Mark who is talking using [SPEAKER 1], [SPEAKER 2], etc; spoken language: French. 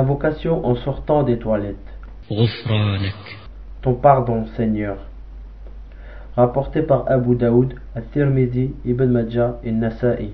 [SPEAKER 1] l'invocation en sortant des toilettes.
[SPEAKER 2] غفرانك
[SPEAKER 1] Ton pardon, Seigneur. Rapporté par Abu Daoud, At-Tirmidhi, Ibn Majah et Nasa'i.